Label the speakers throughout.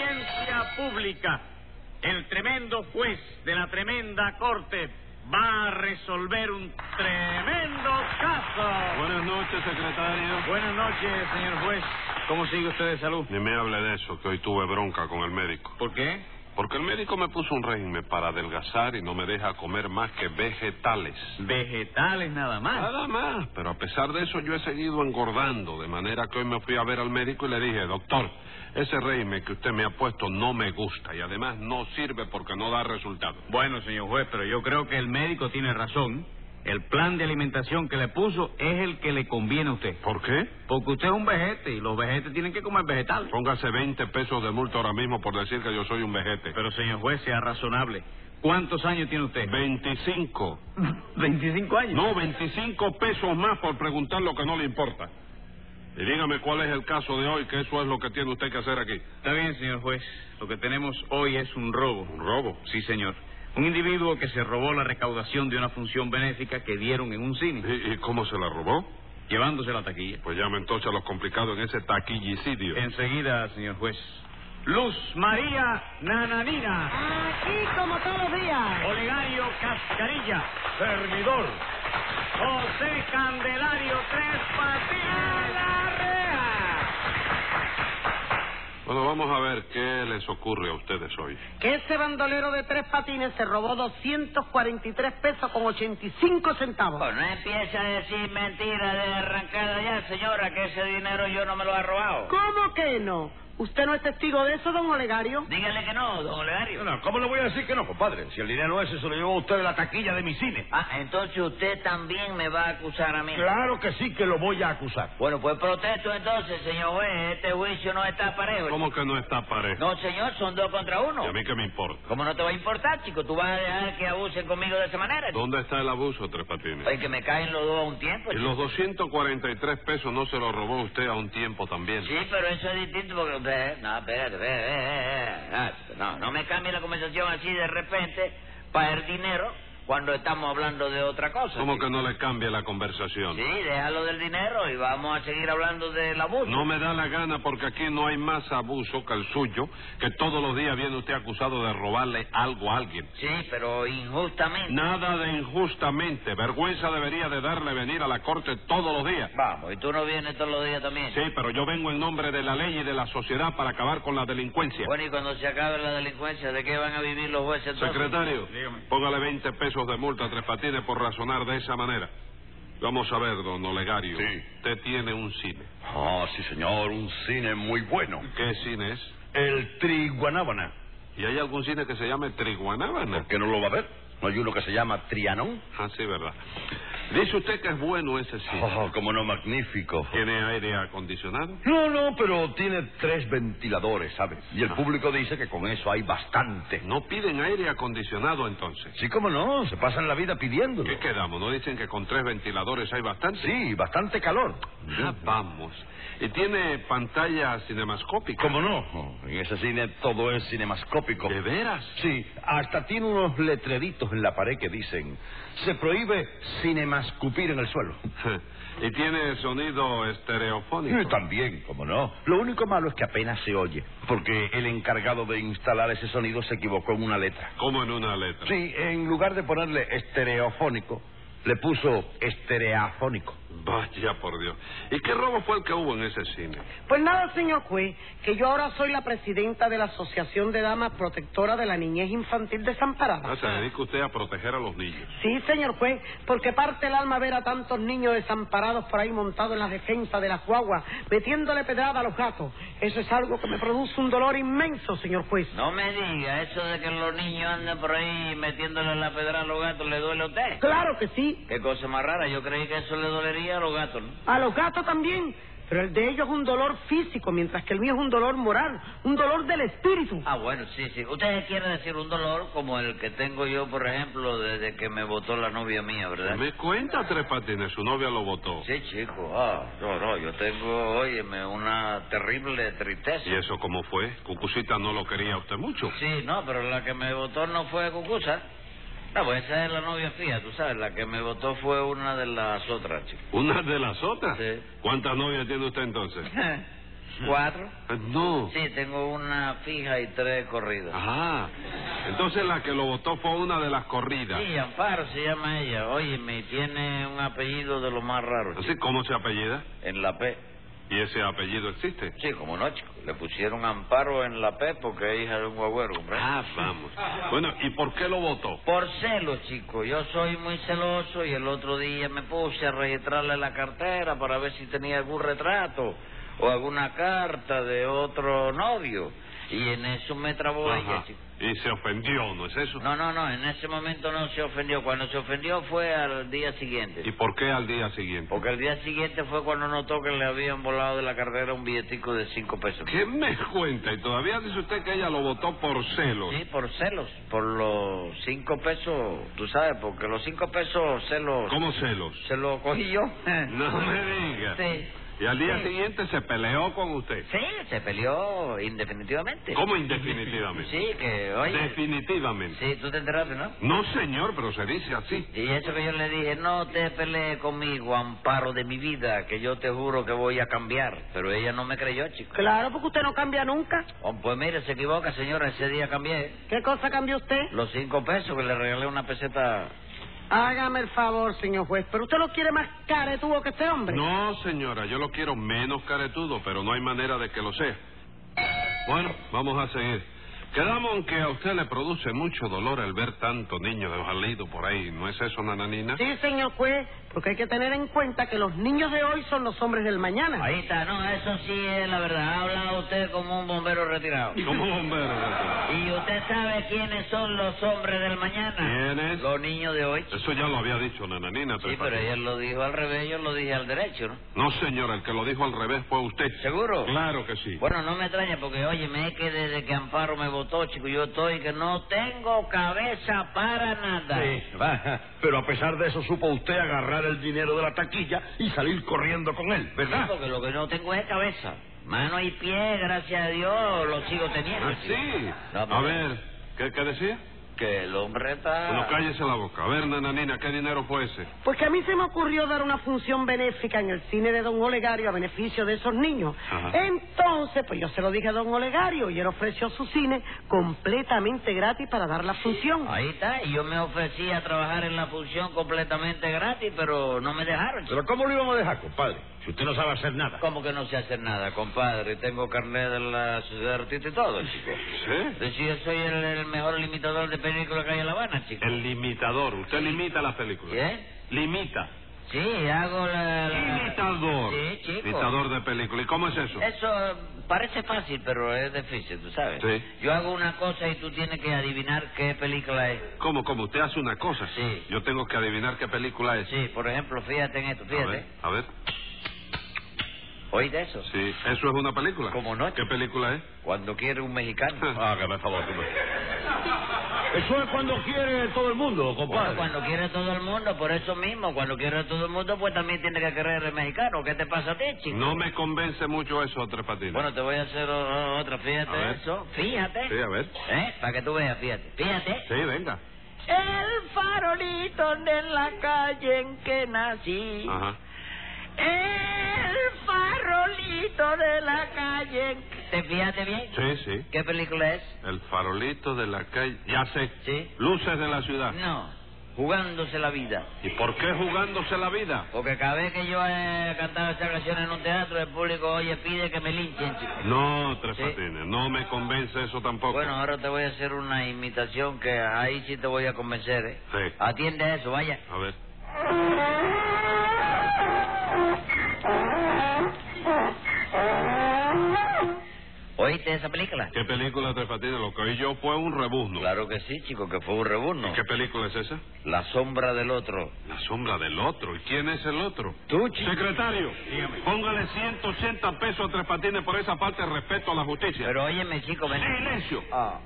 Speaker 1: seguridad pública. El tremendo juez de la tremenda corte va a resolver un tremendo caso.
Speaker 2: Buenas noches, secretario.
Speaker 1: Buenas noches, señor juez. ¿Cómo sigue usted de salud?
Speaker 2: Ni me hable de eso, que hoy tuve bronca con el médico.
Speaker 1: ¿Por qué?
Speaker 2: Porque el médico me puso un régimen para adelgazar y no me deja comer más que vegetales.
Speaker 1: Vegetales nada más.
Speaker 2: Nada más, pero a pesar de eso yo he seguido engordando, de manera que hoy me fui a ver al médico y le dije, doctor, ese régimen que usted me ha puesto no me gusta y además no sirve porque no da resultado.
Speaker 1: Bueno, señor juez, pero yo creo que el médico tiene razón. El plan de alimentación que le puso es el que le conviene a usted.
Speaker 2: ¿Por qué?
Speaker 1: Porque usted es un vejete y los vejetes tienen que comer vegetales.
Speaker 2: Póngase 20 pesos de multa ahora mismo por decir que yo soy un vejete.
Speaker 1: Pero, señor juez, sea razonable. ¿Cuántos años tiene usted?
Speaker 2: 25.
Speaker 1: 25 años.
Speaker 2: No, 25 pesos más por preguntar lo que no le importa. Y dígame cuál es el caso de hoy, que eso es lo que tiene usted que hacer aquí.
Speaker 1: Está bien, señor juez. Lo que tenemos hoy es un robo.
Speaker 2: Un robo.
Speaker 1: Sí, señor. Un individuo que se robó la recaudación de una función benéfica que dieron en un cine,
Speaker 2: ¿Y, y cómo se la robó?
Speaker 1: llevándose la taquilla.
Speaker 2: Pues llame entonces a los complicados en ese taquillicidio.
Speaker 1: Enseguida, señor juez. Luz María Nananina.
Speaker 3: Aquí como todos los días.
Speaker 1: Olegario Cascarilla. Servidor. José Candelario Tres Patines. La Reja.
Speaker 2: Bueno, vamos a ver qué les ocurre a ustedes hoy.
Speaker 3: Que este bandolero de tres patines se robó 243 pesos con 85 centavos.
Speaker 4: Pues no empiece a decir mentiras de arrancada ya, señora, que ese dinero yo no me lo he robado.
Speaker 3: ¿Cómo que no? ¿Usted no es testigo de eso, don Olegario?
Speaker 4: Dígale que no, don Olegario.
Speaker 5: ¿Cómo le voy a decir que no, compadre? Si el dinero ese se lo llevó usted de la taquilla de mi cine.
Speaker 4: Ah, entonces usted también me va a acusar a mí.
Speaker 5: Claro que sí que lo voy a acusar.
Speaker 4: Bueno, pues protesto entonces, señor juez. Este juicio no está parejo.
Speaker 2: ¿Cómo que no está parejo?
Speaker 4: No, señor, son dos contra uno.
Speaker 2: ¿Y a mí qué me importa?
Speaker 4: ¿Cómo no te va a importar, chico? ¿Tú vas a dejar que abusen conmigo de esa manera? chico?
Speaker 2: ¿Dónde está el abuso, Tres Patines?
Speaker 4: Ay, que me caen los dos a un tiempo,
Speaker 2: Y
Speaker 4: chico.
Speaker 2: los 243 pesos no se los robó usted a un tiempo también.
Speaker 4: Sí, pero eso es distinto porque usted... No, espérate, espérate, espérate, espérate. No, no me cambie la conversación así de repente para el dinero cuando estamos hablando de otra cosa.
Speaker 2: ¿Cómo
Speaker 4: chico.
Speaker 2: que no le cambie la conversación?
Speaker 4: Sí, déjalo del dinero y vamos a seguir hablando del abuso.
Speaker 2: No me da la gana porque aquí no hay más abuso que el suyo, que todos los días viene usted acusado de robarle algo a alguien.
Speaker 4: Sí, pero injustamente.
Speaker 2: Nada de injustamente. Vergüenza debería de darle venir a la corte todos los días.
Speaker 4: Vamos, y tú no vienes todos los días también.
Speaker 2: Sí, pero yo vengo en nombre de la ley y de la sociedad para acabar con la delincuencia.
Speaker 4: Bueno, y cuando se acabe la delincuencia, ¿de qué van a vivir los jueces entonces?
Speaker 2: Secretario,
Speaker 1: Dígame.
Speaker 2: póngale 20 pesos de multa a Tres Patines por razonar de esa manera. Vamos a ver, don Olegario.
Speaker 5: Sí.
Speaker 2: Usted tiene un cine.
Speaker 5: Ah, sí, señor, un cine muy bueno.
Speaker 2: ¿Qué cine es?
Speaker 5: El Triguanábana.
Speaker 2: ¿Y hay algún cine que se llame Triguanábana?
Speaker 5: ¿Por qué no lo va a ver? ¿No hay uno que se llama Trianón?
Speaker 2: Ah, sí, verdad. Dice usted que es bueno ese cine.
Speaker 5: Oh, como no, magnífico.
Speaker 2: ¿Tiene aire acondicionado?
Speaker 5: No, no, pero tiene tres ventiladores, ¿sabes? Y el público dice que con eso hay bastante.
Speaker 2: No piden aire acondicionado entonces.
Speaker 5: Sí, cómo no, se pasan la vida pidiéndolo.
Speaker 2: ¿Qué quedamos? ¿No dicen que con tres ventiladores hay bastante?
Speaker 5: Sí, bastante calor.
Speaker 2: Ah, vamos. ¿Y tiene pantalla cinemascópica?
Speaker 5: ¿Cómo no? En ese cine todo es cinemascópico.
Speaker 2: ¿De veras?
Speaker 5: Sí, hasta tiene unos letreritos en la pared que dicen, se prohíbe cinemascupir en el suelo.
Speaker 2: ¿Y tiene sonido
Speaker 5: Y
Speaker 2: estereofónico?
Speaker 5: también, como no. Lo único malo es que apenas se oye, porque el encargado de instalar ese sonido se equivocó en una letra.
Speaker 2: Como en una letra.
Speaker 5: Sí, en lugar de ponerle estereofónico, le puso estereafónico.
Speaker 2: Vaya por Dios. ¿Y qué robo fue el que hubo en ese cine?
Speaker 3: Pues nada, señor juez, que yo ahora soy la presidenta de la Asociación de Damas Protectora de la Niñez Infantil
Speaker 2: Ah,
Speaker 3: Desamparada.
Speaker 2: se dedica usted a proteger a los niños.
Speaker 3: Sí, señor juez, porque parte el alma ver a tantos niños desamparados por ahí montados en la defensa de las guaguas, metiéndole pedrada a los gatos. Eso es algo que me produce un dolor inmenso, señor juez.
Speaker 4: No me diga, eso de que los niños andan por ahí metiéndole la pedra a los gatos, ¿le duele a usted?
Speaker 3: Claro que sí,
Speaker 4: Qué cosa más rara, yo creí que eso le dolería a los gatos, ¿no?
Speaker 3: a los gatos también, pero el de ellos es un dolor físico, mientras que el mío es un dolor moral, un dolor del espíritu.
Speaker 4: Ah, bueno, sí, sí. Usted quiere decir un dolor como el que tengo yo, por ejemplo, desde que me votó la novia mía, ¿verdad?
Speaker 2: Me cuenta Tres Patines, su novia lo votó.
Speaker 4: Sí, chico. Ah, no, no, yo tengo, óyeme, una terrible tristeza.
Speaker 2: ¿Y eso cómo fue? Cucucita no lo quería usted mucho.
Speaker 4: Sí, no, pero la que me votó no fue Cucusa. No, pues esa es la novia fía, tú sabes. La que me votó fue una de las otras, chico.
Speaker 2: ¿Una de las otras?
Speaker 4: Sí.
Speaker 2: ¿Cuántas novias tiene usted entonces?
Speaker 4: ¿Cuatro?
Speaker 2: Eh, No.
Speaker 4: Sí, tengo una fija y tres corridos.
Speaker 2: Ajá. Entonces la que lo votó fue una de las corridas.
Speaker 4: Sí, Amparo se llama ella. Óyeme, tiene un apellido de lo más raro. chico.
Speaker 2: Así, ¿cómo se apellida?
Speaker 4: En la P.
Speaker 2: ¿Y ese apellido existe?
Speaker 4: Sí, como no, chico. Le pusieron Amparo en la P porque es hija de un guagüero, hombre.
Speaker 2: Ah, vamos. Bueno, ¿y por qué lo votó?
Speaker 4: Por celo, chico. Yo soy muy celoso y el otro día me puse a registrarle la cartera para ver si tenía algún retrato o alguna carta de otro novio. Y en eso me trabó ella,
Speaker 2: Ajá.
Speaker 4: chico.
Speaker 2: Y se ofendió, ¿no es eso?
Speaker 4: Oh, No, no, no, en ese momento no se ofendió. Cuando se ofendió fue al día siguiente.
Speaker 2: ¿Y por qué al día siguiente?
Speaker 4: Porque el día siguiente fue cuando notó que le habían volado de la cartera un billetico de cinco pesos.
Speaker 2: ¿Qué me cuenta? Y todavía dice usted que ella lo votó por celos.
Speaker 4: Sí, por celos. Por los cinco pesos, tú sabes, porque los cinco pesos se los...
Speaker 2: ¿Cómo celos?
Speaker 4: Se lo cogí yo.
Speaker 2: No me diga.
Speaker 4: Sí.
Speaker 2: Y al día
Speaker 4: Sí.
Speaker 2: siguiente se peleó con usted.
Speaker 4: Sí, se peleó indefinitivamente.
Speaker 2: ¿Cómo indefinitivamente?
Speaker 4: Sí, que, oye...
Speaker 2: Definitivamente.
Speaker 4: Sí, tú te enteraste, ¿no?
Speaker 2: No, señor, pero se dice así.
Speaker 4: Y eso que yo le dije, no te pelees conmigo, amparo de mi vida, que yo te juro que voy a cambiar. Pero ella no me creyó, chico.
Speaker 3: Claro, porque usted no cambia nunca.
Speaker 4: Oh, Pues mire, se equivoca, señora, ese día cambié
Speaker 3: ¿Qué cosa cambió usted?
Speaker 4: los cinco pesos que le regalé una peseta.
Speaker 3: Hágame el favor, señor juez, pero usted lo quiere más caretudo que este hombre.
Speaker 2: No, señora, yo lo quiero menos caretudo, pero no hay manera de que lo sea. Bueno, vamos a seguir. Quedamos en que a usted le produce mucho dolor el ver tanto niño desvalido por ahí. ¿No es eso, nananina?
Speaker 3: Sí, señor juez, porque hay que tener en cuenta que los niños de hoy son los hombres del mañana.
Speaker 4: Ahí está, no, eso sí es la verdad. Ha hablado usted como un bombero retirado.
Speaker 2: ¿Cómo bombero?
Speaker 4: ¿Y usted sabe quiénes son los hombres del mañana?
Speaker 2: ¿Quiénes?
Speaker 4: Los niños de hoy. chico.
Speaker 2: Eso ya lo había dicho nananina.
Speaker 4: Sí,
Speaker 2: Tres
Speaker 4: pero
Speaker 2: Patines.
Speaker 4: ella lo dijo al revés, yo lo dije al derecho, ¿no?
Speaker 2: No, señora, el que lo dijo al revés fue usted.
Speaker 4: ¿Seguro?
Speaker 2: Claro que sí.
Speaker 4: Bueno, no me extraña porque, oye, me es que desde que Amparo me votó, chico, yo estoy que no tengo cabeza para nada.
Speaker 5: Sí, va. Pero a pesar de eso supo usted agarrar el dinero de la taquilla y salir corriendo con él,
Speaker 4: Sí,
Speaker 5: ¿verdad?
Speaker 4: porque lo que no tengo es cabeza. Mano y pie, gracias a Dios, lo sigo teniendo.
Speaker 2: Ah,
Speaker 4: chico.
Speaker 2: sí.
Speaker 4: No,
Speaker 2: A
Speaker 4: pero-
Speaker 2: ver, Pues ¿qué, qué decía?
Speaker 4: Que el hombre está...
Speaker 2: Bueno, cállese la boca. A ver, nananina, ¿qué dinero fue ese?
Speaker 3: Pues que a mí se me ocurrió dar una función benéfica en el cine de don Olegario a beneficio de esos niños.
Speaker 2: Ajá.
Speaker 3: Entonces, pues yo se lo dije a don Olegario y él ofreció su cine completamente gratis para dar la función.
Speaker 4: Ahí está, y yo me ofrecí a trabajar en la función completamente gratis, pero no me dejaron, chico.
Speaker 5: Pero ¿cómo lo íbamos a dejar, compadre? Si usted no sabe hacer nada.
Speaker 4: ¿Cómo que no sé hacer nada, compadre? Tengo carnet de la sociedad artista y todo, chico.
Speaker 2: ¿Sí?
Speaker 4: Si yo soy el, el mejor limitador de películas que hay en La Habana, chico.
Speaker 2: El limitador. Usted limita las películas.
Speaker 4: ¿Qué?
Speaker 2: Limita.
Speaker 4: Sí, hago la... la-
Speaker 2: Imitador.
Speaker 4: Sí, chico.
Speaker 2: Imitador de película. ¿Y cómo es eso?
Speaker 4: Eso eh, parece fácil, pero es difícil, tú sabes.
Speaker 2: Sí.
Speaker 4: Yo hago una cosa y tú tienes que adivinar qué película es.
Speaker 2: ¿Cómo, cómo? Usted hace una cosa.
Speaker 4: Sí.
Speaker 2: Yo tengo que adivinar qué película es.
Speaker 4: Sí, por ejemplo, fíjate en esto,
Speaker 2: A
Speaker 4: fíjate.
Speaker 2: ver, a ver.
Speaker 4: ¿Oíste eso?
Speaker 2: Sí. ¿Eso es una película?
Speaker 4: ¿Cómo no?
Speaker 2: ¿Qué película es?
Speaker 4: Cuando quiere un mexicano.
Speaker 2: Hágame el favor. hombre.
Speaker 5: Eso es cuando quiere todo el mundo,
Speaker 4: Bueno,
Speaker 5: compadre.
Speaker 4: cuando quiere todo el mundo, por eso mismo, cuando quiere todo el mundo, pues también tiene que querer el mexicano. ¿Qué te pasa a ti, chico?
Speaker 2: No me convence mucho eso, Tres Patines.
Speaker 4: Bueno, te voy a hacer o- otra,
Speaker 2: A ver.
Speaker 4: fíjate eso. Fíjate.
Speaker 2: Sí, a ver.
Speaker 4: ¿Eh? Para que tú veas, fíjate. Fíjate.
Speaker 2: Sí, venga.
Speaker 4: El farolito de la calle en que nací.
Speaker 2: Ajá.
Speaker 4: El farolito de la calle. ¿Te fijaste bien?
Speaker 2: Sí, sí.
Speaker 4: ¿Qué película es?
Speaker 2: El farolito de la calle. Ya sé.
Speaker 4: ¿Sí?
Speaker 2: Luces de la ciudad.
Speaker 4: No, jugándose la vida.
Speaker 2: ¿Y por qué jugándose la vida?
Speaker 4: Porque cada vez que yo he cantado esta canción en un teatro, el público, oye, pide que me linchen, chico.
Speaker 2: No, Tres
Speaker 4: Sí.
Speaker 2: Patines, no me convence eso tampoco.
Speaker 4: Bueno, ahora te voy a hacer una imitación que ahí sí te voy a convencer, ¿eh?
Speaker 2: Sí.
Speaker 4: Atiende eso, vaya.
Speaker 2: A ver.
Speaker 4: ¿Oíste esa película?
Speaker 2: ¿Qué película, Tres Patines? Lo que oí yo fue un rebuzno.
Speaker 4: Claro que sí, chico, que fue un rebuno.
Speaker 2: ¿Y qué película es esa?
Speaker 4: La sombra del otro.
Speaker 2: La sombra del otro. ¿Y quién es el otro?
Speaker 4: Tú, chico.
Speaker 2: Secretario, póngale 180 pesos a Tres Patines por esa parte de respeto a la justicia.
Speaker 4: Pero óyeme, chico, ven.
Speaker 2: ¡Silencio!
Speaker 4: Ah.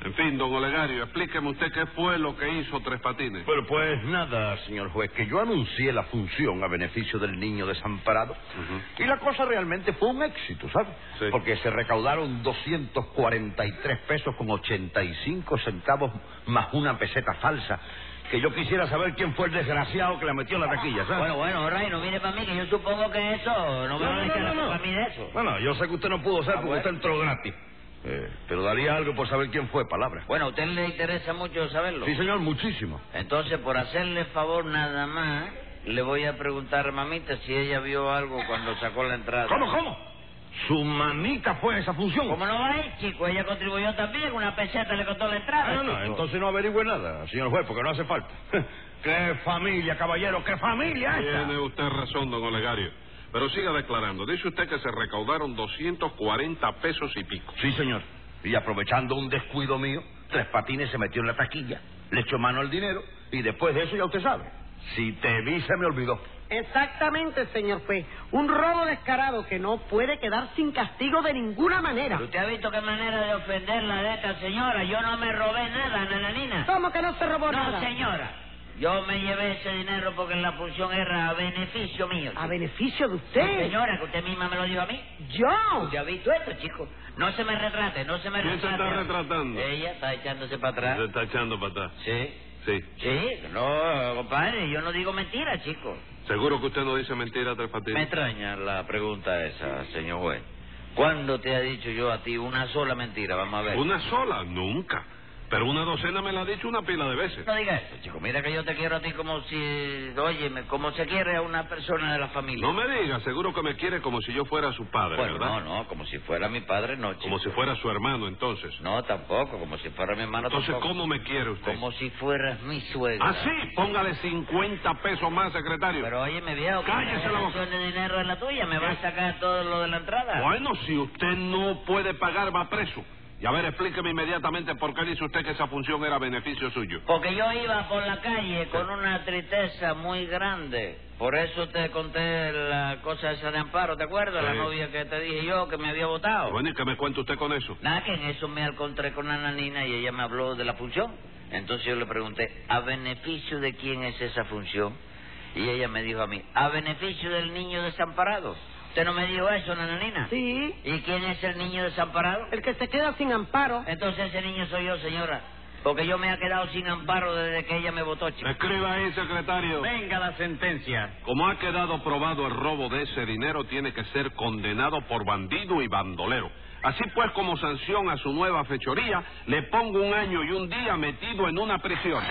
Speaker 2: En fin, don Olegario, explíqueme usted qué fue lo que hizo Tres Patines.
Speaker 5: Bueno, pues nada, señor juez, que yo anuncié la función a beneficio del niño desamparado
Speaker 2: Ujú.
Speaker 5: y la cosa realmente fue un éxito, ¿sabe?
Speaker 2: Sí.
Speaker 5: Porque se recaudaron 243 pesos con 85 centavos más una peseta falsa que yo quisiera saber quién fue el desgraciado que la metió en la taquilla, ¿sabes?
Speaker 4: Bueno, bueno, Ray, no mire para mí, que yo supongo que eso... No me van a echar la culpa a mí de eso.
Speaker 5: Bueno, yo sé que usted no pudo ser
Speaker 4: Ah,
Speaker 5: porque
Speaker 4: bueno.
Speaker 5: usted entró gratis. Eh, pero daría algo por saber quién fue, palabra.
Speaker 4: Bueno, ¿a usted le interesa mucho saberlo?
Speaker 5: Sí, señor, muchísimo.
Speaker 4: Entonces, por hacerle favor nada más, le voy a preguntar a mamita si ella vio algo cuando sacó la entrada.
Speaker 5: cómo? Su mamita fue a esa función.
Speaker 4: ¿Cómo no va a ir, chico? Ella contribuyó también, una peseta le costó la entrada.
Speaker 5: Ah, no, no,
Speaker 4: chico.
Speaker 5: entonces no averigüe nada, señor juez, porque no hace falta. ¡Qué familia, caballero! ¡Qué familia esta!
Speaker 2: Tiene usted razón, don Olegario. Pero siga declarando. Dice usted que se recaudaron 240 pesos y pico.
Speaker 5: Sí, señor. Y aprovechando un descuido mío, Tres Patines se metió en la taquilla, le echó mano al dinero y después de eso ya usted sabe. Si te vi, se me olvidó.
Speaker 3: Exactamente, señor juez. Un robo descarado que no puede quedar sin castigo de ninguna manera.
Speaker 4: Pero ¿Usted ha visto qué manera de ofenderla de esta señora? Yo no me robé nada, nananina.
Speaker 3: ¿Cómo que no se robó
Speaker 4: No,
Speaker 3: nada?
Speaker 4: señora. Yo me llevé ese dinero porque la función era a beneficio mío.
Speaker 3: A
Speaker 4: chico.
Speaker 3: beneficio de
Speaker 4: Sí,
Speaker 3: usted.
Speaker 4: Señora, que usted misma me lo dijo a mí.
Speaker 3: Yo.
Speaker 4: ¿Usted ha visto esto, chico? No se me retrate, no se me
Speaker 2: ¿Quién
Speaker 4: retrate.
Speaker 2: se está retratando?
Speaker 4: Ella está echándose para
Speaker 2: Se
Speaker 4: atrás.
Speaker 2: está echando para atrás.
Speaker 4: Sí.
Speaker 2: Sí.
Speaker 4: Sí, no, compadre, yo no digo mentira, chico.
Speaker 2: Seguro que usted no dice mentira, Tres
Speaker 4: Me
Speaker 2: Patines.
Speaker 4: extraña la pregunta esa, señor juez. ¿Cuándo te ha dicho yo a ti una sola mentira? Vamos a ver.
Speaker 2: Una sola, nunca. Pero una docena me la ha dicho una pila de veces.
Speaker 4: No digas eso, chico. Mira que yo te quiero a ti como si... Óyeme, como se quiere a una persona de la familia.
Speaker 2: No me diga, seguro que me quiere como si yo fuera su padre,
Speaker 4: bueno,
Speaker 2: ¿verdad?
Speaker 4: no, no, como si fuera mi padre, no, chico.
Speaker 2: Como si fuera su hermano, entonces.
Speaker 4: No, tampoco, como si fuera mi hermano,
Speaker 2: Entonces,
Speaker 4: tampoco.
Speaker 2: ¿cómo me quiere usted?
Speaker 4: Como si fueras mi suegra.
Speaker 2: Ah, sí, póngale 50 pesos más, secretario.
Speaker 4: Pero óyeme, viejo, que
Speaker 2: Cállese
Speaker 4: esa
Speaker 2: la boca.
Speaker 4: relación de dinero es la tuya. Me vas a sacar todo lo de la entrada.
Speaker 2: Bueno, si usted no puede pagar, va preso. Y a ver, explíqueme inmediatamente por qué dice usted que esa función era beneficio suyo.
Speaker 4: Porque yo iba por la calle con una tristeza muy grande. Por eso te conté la cosa esa de Amparo, ¿te acuerdas? La
Speaker 2: Sí.
Speaker 4: novia que te dije yo que me había votado.
Speaker 2: Bueno, ¿y qué me cuenta usted con eso?
Speaker 4: Nada, que en eso me encontré con Ana Nina y ella me habló de la función. Entonces yo le pregunté, ¿a beneficio de quién es esa función? Y ella me dijo a mí, ¿a beneficio del niño desamparado? ¿Usted no me dijo eso, Nananina?
Speaker 3: Sí.
Speaker 4: ¿Y quién es el niño desamparado?
Speaker 3: El que se queda sin amparo.
Speaker 4: Entonces ese niño soy yo, señora. Porque yo me he quedado sin amparo desde que ella me votó, chico.
Speaker 2: Escriba ahí, secretario.
Speaker 1: Venga la sentencia.
Speaker 2: Como ha quedado probado el robo de ese dinero, tiene que ser condenado por bandido y bandolero. Así pues, como sanción a su nueva fechoría, le pongo un año y un día metido en una prisión.